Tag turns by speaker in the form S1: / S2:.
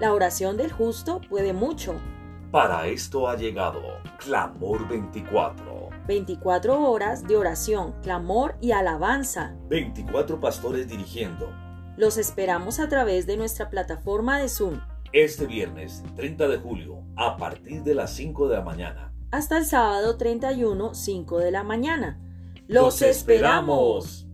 S1: La oración del justo puede mucho.
S2: Para esto ha llegado Clamor 24.
S1: 24 horas de oración, clamor y alabanza.
S2: 24 pastores dirigiendo.
S1: Los esperamos a través de nuestra plataforma de Zoom.
S2: Este viernes 30 de julio a partir de las 5 de la mañana.
S1: Hasta el sábado 31, 5 de la mañana.
S2: ¡Los esperamos!